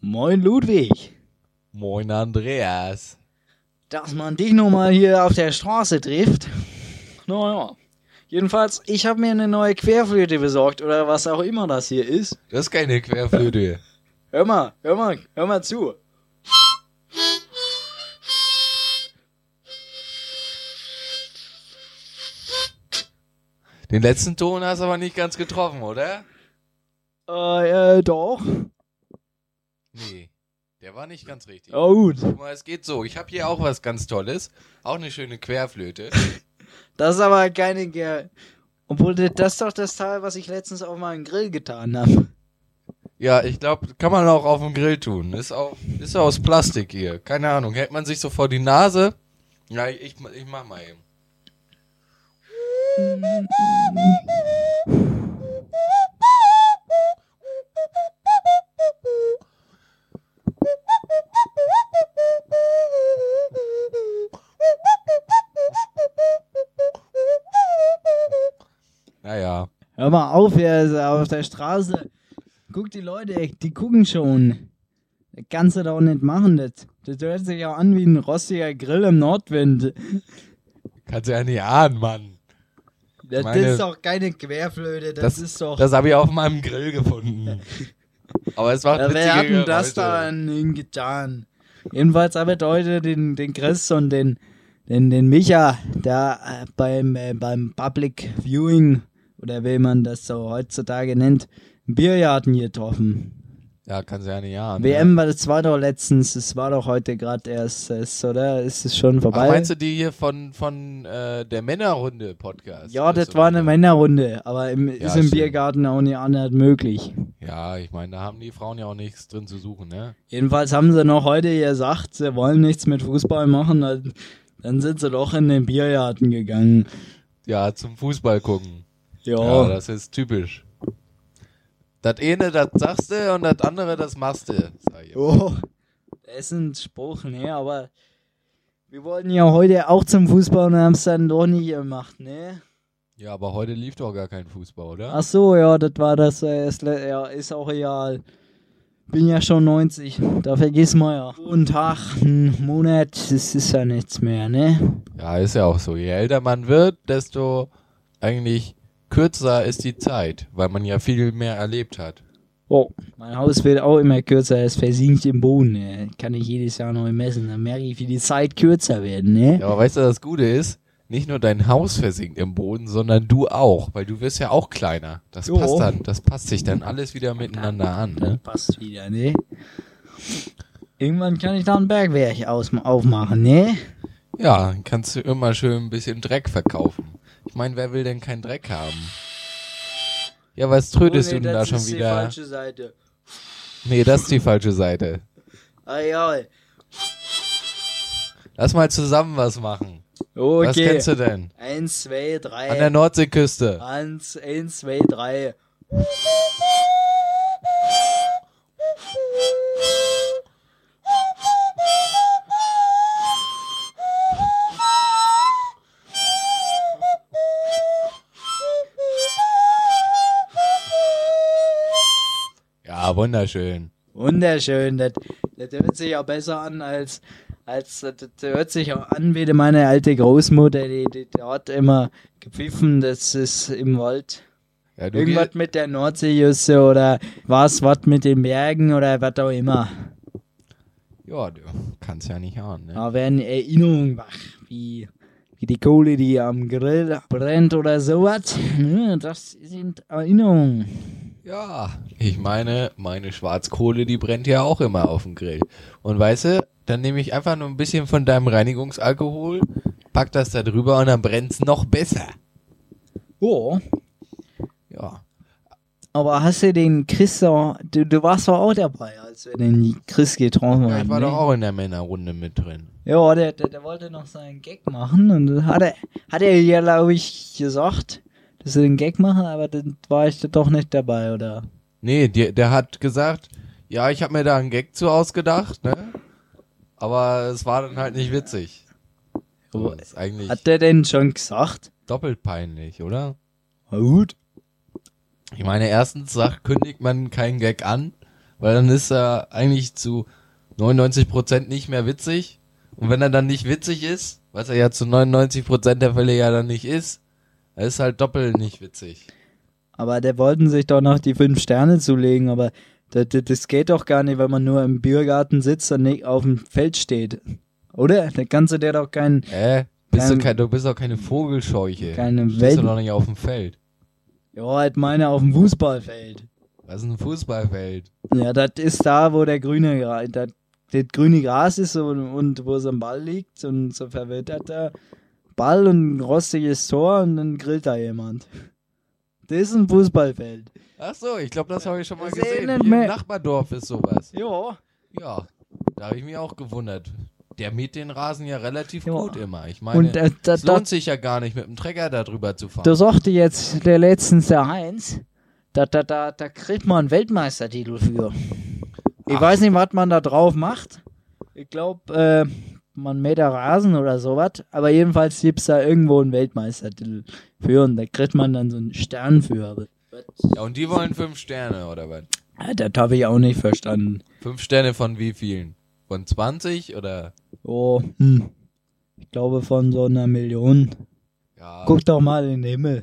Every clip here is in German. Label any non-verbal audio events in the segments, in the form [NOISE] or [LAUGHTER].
Moin Ludwig, Moin Andreas. dass man dich nun mal hier auf der Straße trifft. Naja. Jedenfalls, ich habe mir eine neue Querflöte besorgt oder was auch immer das hier ist. Das ist keine Querflöte. Hör mal, hör mal, hör mal zu. Den letzten Ton hast du aber nicht ganz getroffen, oder? Äh, äh, doch. Nee, der war nicht ganz richtig. Ja gut. Guck mal, es geht so. Ich habe hier auch was ganz Tolles. Auch eine schöne Querflöte. Das ist aber keine Ger... Obwohl, das ist doch das Teil, was ich letztens auf meinem Grill getan habe. Ja, ich glaube, kann man auch auf dem Grill tun. Ist, auch, ist aus Plastik hier. Keine Ahnung. Hält man sich so vor die Nase? Ja, ich, ich mach mal eben. Naja. Hör mal auf, hier ist er auf der Straße. Guck die Leute, die gucken schon. Das kannst du doch nicht machen. Das, das hört sich auch an wie ein rostiger Grill im Nordwind. Kannst du ja nicht ahnen, Mann. Das Meine- ist doch keine Querflöte, das, ist doch. Das habe ich auf meinem [LAUGHS] Grill gefunden. Aber es macht Ja, witzige wer hat denn das Geräusche. da an ihn getan? Jedenfalls habe ich heute den, den Chris und den, den, den Micha da äh, beim, äh, beim Public Viewing oder wie man das so heutzutage nennt, im Biergarten getroffen. Ja, kannst du ja nicht ahnen. ne? WM war das war doch letztens, es war doch heute gerade erst, es, oder? Ist es schon Ach, vorbei? meinst du die hier von, von äh, der Männerrunde-Podcast? ja, das Letzte war eine Woche? Männerrunde, aber im, ist im stimmt. Biergarten auch nicht anders möglich. Ja, ich meine, da haben die Frauen ja auch nichts drin zu suchen, ne? Jedenfalls haben sie noch heute gesagt, sie wollen nichts mit Fußball machen. Dann, dann sind sie doch in den Biergarten gegangen. Ja, zum Fußball gucken. Ja, Ja, das ist typisch. Das eine, das sagst du und das andere, das machst du. Sag ich. oh, das ist ein Spruch, ne? Aber wir wollten ja heute auch zum Fußball und haben es dann doch nicht gemacht, ne? Ja, aber heute lief doch gar kein Fußball, oder? Ach so, ja, das war das. Äh, ist, le- ja, ist auch egal. Bin ja schon 90, da vergiss man ja. Guten Tag, ein Monat, das ist ja nichts mehr, ne? Ja, ist ja auch so. Je älter man wird, desto eigentlich kürzer ist die Zeit, weil man ja viel mehr erlebt hat. Oh, mein Haus wird auch immer kürzer, es versinkt im Boden. Ne? Kann ich jedes Jahr neu messen, dann merke ich, wie die Zeit kürzer werden, ne? Ja, aber weißt du, das Gute ist, nicht nur dein Haus versinkt im Boden, sondern du auch, weil du wirst ja auch kleiner. Das Jo. passt dann, das passt sich dann alles wieder miteinander an, ne? Das passt wieder, ne? Irgendwann kann ich da ein Bergwerk aus aufmachen, ne? Ja, dann kannst du immer schön ein bisschen Dreck verkaufen. Ich meine, wer will denn keinen Dreck haben? Ja, was Oh, trödest du denn da schon Die wieder? falsche Seite. Nee, das ist die falsche Seite. Ah, ja. Lass mal zusammen was machen. Was Okay. Äh. Ah. kennst du denn? Eins, zwei, drei. An der Nordseeküste. Eins, eins, zwei, drei. Ja, wunderschön. Wunderschön. Das, das hört sich ja besser an als, als das, das hört sich auch an wie meine alte Großmutter, die, die, die hat immer gepfiffen, das ist im Wald. Ja, du Irgendwas mit der Nordseejüsse oder was, was mit den Bergen oder was auch immer. geh- ja, du kannst ja nicht ahnen, ne? Da werden Erinnerungen wach, wie, wie die Kohle, die am Grill brennt oder sowas. Ja, Das sind Erinnerungen. Ja, ich meine, meine Schwarzkohle, die brennt ja auch immer auf dem Grill. Und weißt du, dann nehme ich einfach nur ein bisschen von deinem Reinigungsalkohol, pack das da drüber und dann brennt's noch besser. Ja. Ja. Aber hast du den Chris doch, du, du warst doch auch dabei, als wir den Chris getroffen haben. ja ich war ne? doch auch in der Männerrunde mit drin. Ja, der, der, der wollte noch seinen Gag machen und dann hat er, hat er ja, glaube ich, gesagt, dass er den Gag machen, aber dann war ich da doch nicht dabei, oder? Nee, der, der hat gesagt, ja, ich habe mir da einen Gag zu ausgedacht, ne? Aber es war dann halt nicht witzig. Aber Das ist eigentlich Hat der denn schon gesagt? doppelt peinlich, oder? Na gut. Ich meine, erstens sagt, kündigt man keinen Gag an, Weil dann ist er eigentlich zu 99% nicht mehr witzig. Und wenn er dann nicht witzig ist, was er ja zu 99% der Fälle ja dann nicht ist, er ist halt doppelt nicht witzig. Aber der wollten sich doch noch die fünf Sterne zulegen, aber das, das, das geht doch gar nicht, wenn man nur im Biergarten sitzt und nicht auf dem Feld steht. Oder? Da kannst du dir doch keinen. Äh, bist Kein- du, kein, du bist doch keine Vogelscheuche. Keine Du Bist Welt- du doch nicht auf dem Feld. Ja, halt meine auf dem Fußballfeld. Was ist ein Fußballfeld? Ja, das ist da, wo der grüne, Gra- das, das grüne Gras ist und, und wo so ein Ball liegt und so verwitterter Ball und ein rostiges Tor und dann grillt da jemand. Das ist ein Fußballfeld. Ach so, ich glaube, das habe ich schon mal Das gesehen. erinnert Hier Im mich- Nachbardorf ist sowas. Ja. Ja, da habe ich mich auch gewundert. Der mäht den Rasen ja relativ Ja. gut immer. Ich meine, Und äh, da, es da, lohnt sich ja gar nicht, mit dem Trecker da drüber zu fahren. da sagte jetzt der letztens der Heinz, da, da, da, da kriegt man einen Weltmeistertitel für. Ich Ach. weiß nicht, was man da drauf macht. Ich glaube, äh, man mäht da Rasen oder sowas. Aber jedenfalls gibt es da irgendwo einen Weltmeistertitel für und da kriegt man dann so einen Stern für. Aber ja, und die wollen fünf Sterne, oder was? äh, das habe ich auch nicht verstanden. Fünf Sterne von wie vielen? Von 20 oder? Oh, hm. Ich glaube von so einer Million. Ja, Guck doch mal in den Himmel.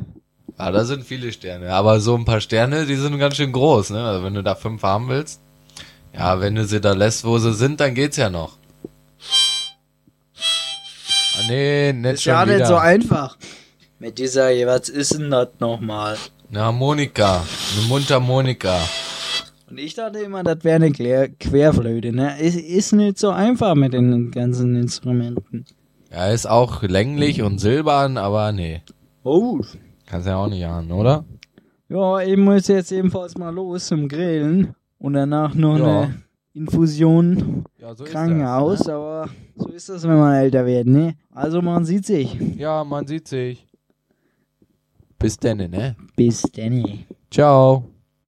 ja, da sind viele Sterne. Aber so ein paar Sterne, die sind ganz schön groß, ne? Also wenn du da fünf haben willst. Ja, wenn du sie da lässt, wo sie sind, dann geht's ja noch. Ah, nee, nicht Ist schon ja wieder. nicht so einfach. Mit dieser, was ist denn das nochmal? Eine Harmonika. Eine Mundharmonika. Und ich dachte immer, das wäre eine Klär Querflöte. Ne? Ist, ist nicht so einfach mit den ganzen Instrumenten. Ja, ist auch länglich und silbern, aber nee. Oh. Kannst ja auch nicht haben, oder? Ja, ich muss jetzt ebenfalls mal los zum Grillen. Und danach noch Ja. eine Infusion. Ja, so ne? Krankenhaus, aber so ist das, wenn man älter wird, ne? Also man sieht sich. Ja, man sieht sich. Bis denn, ne? Bis dann. Ciao.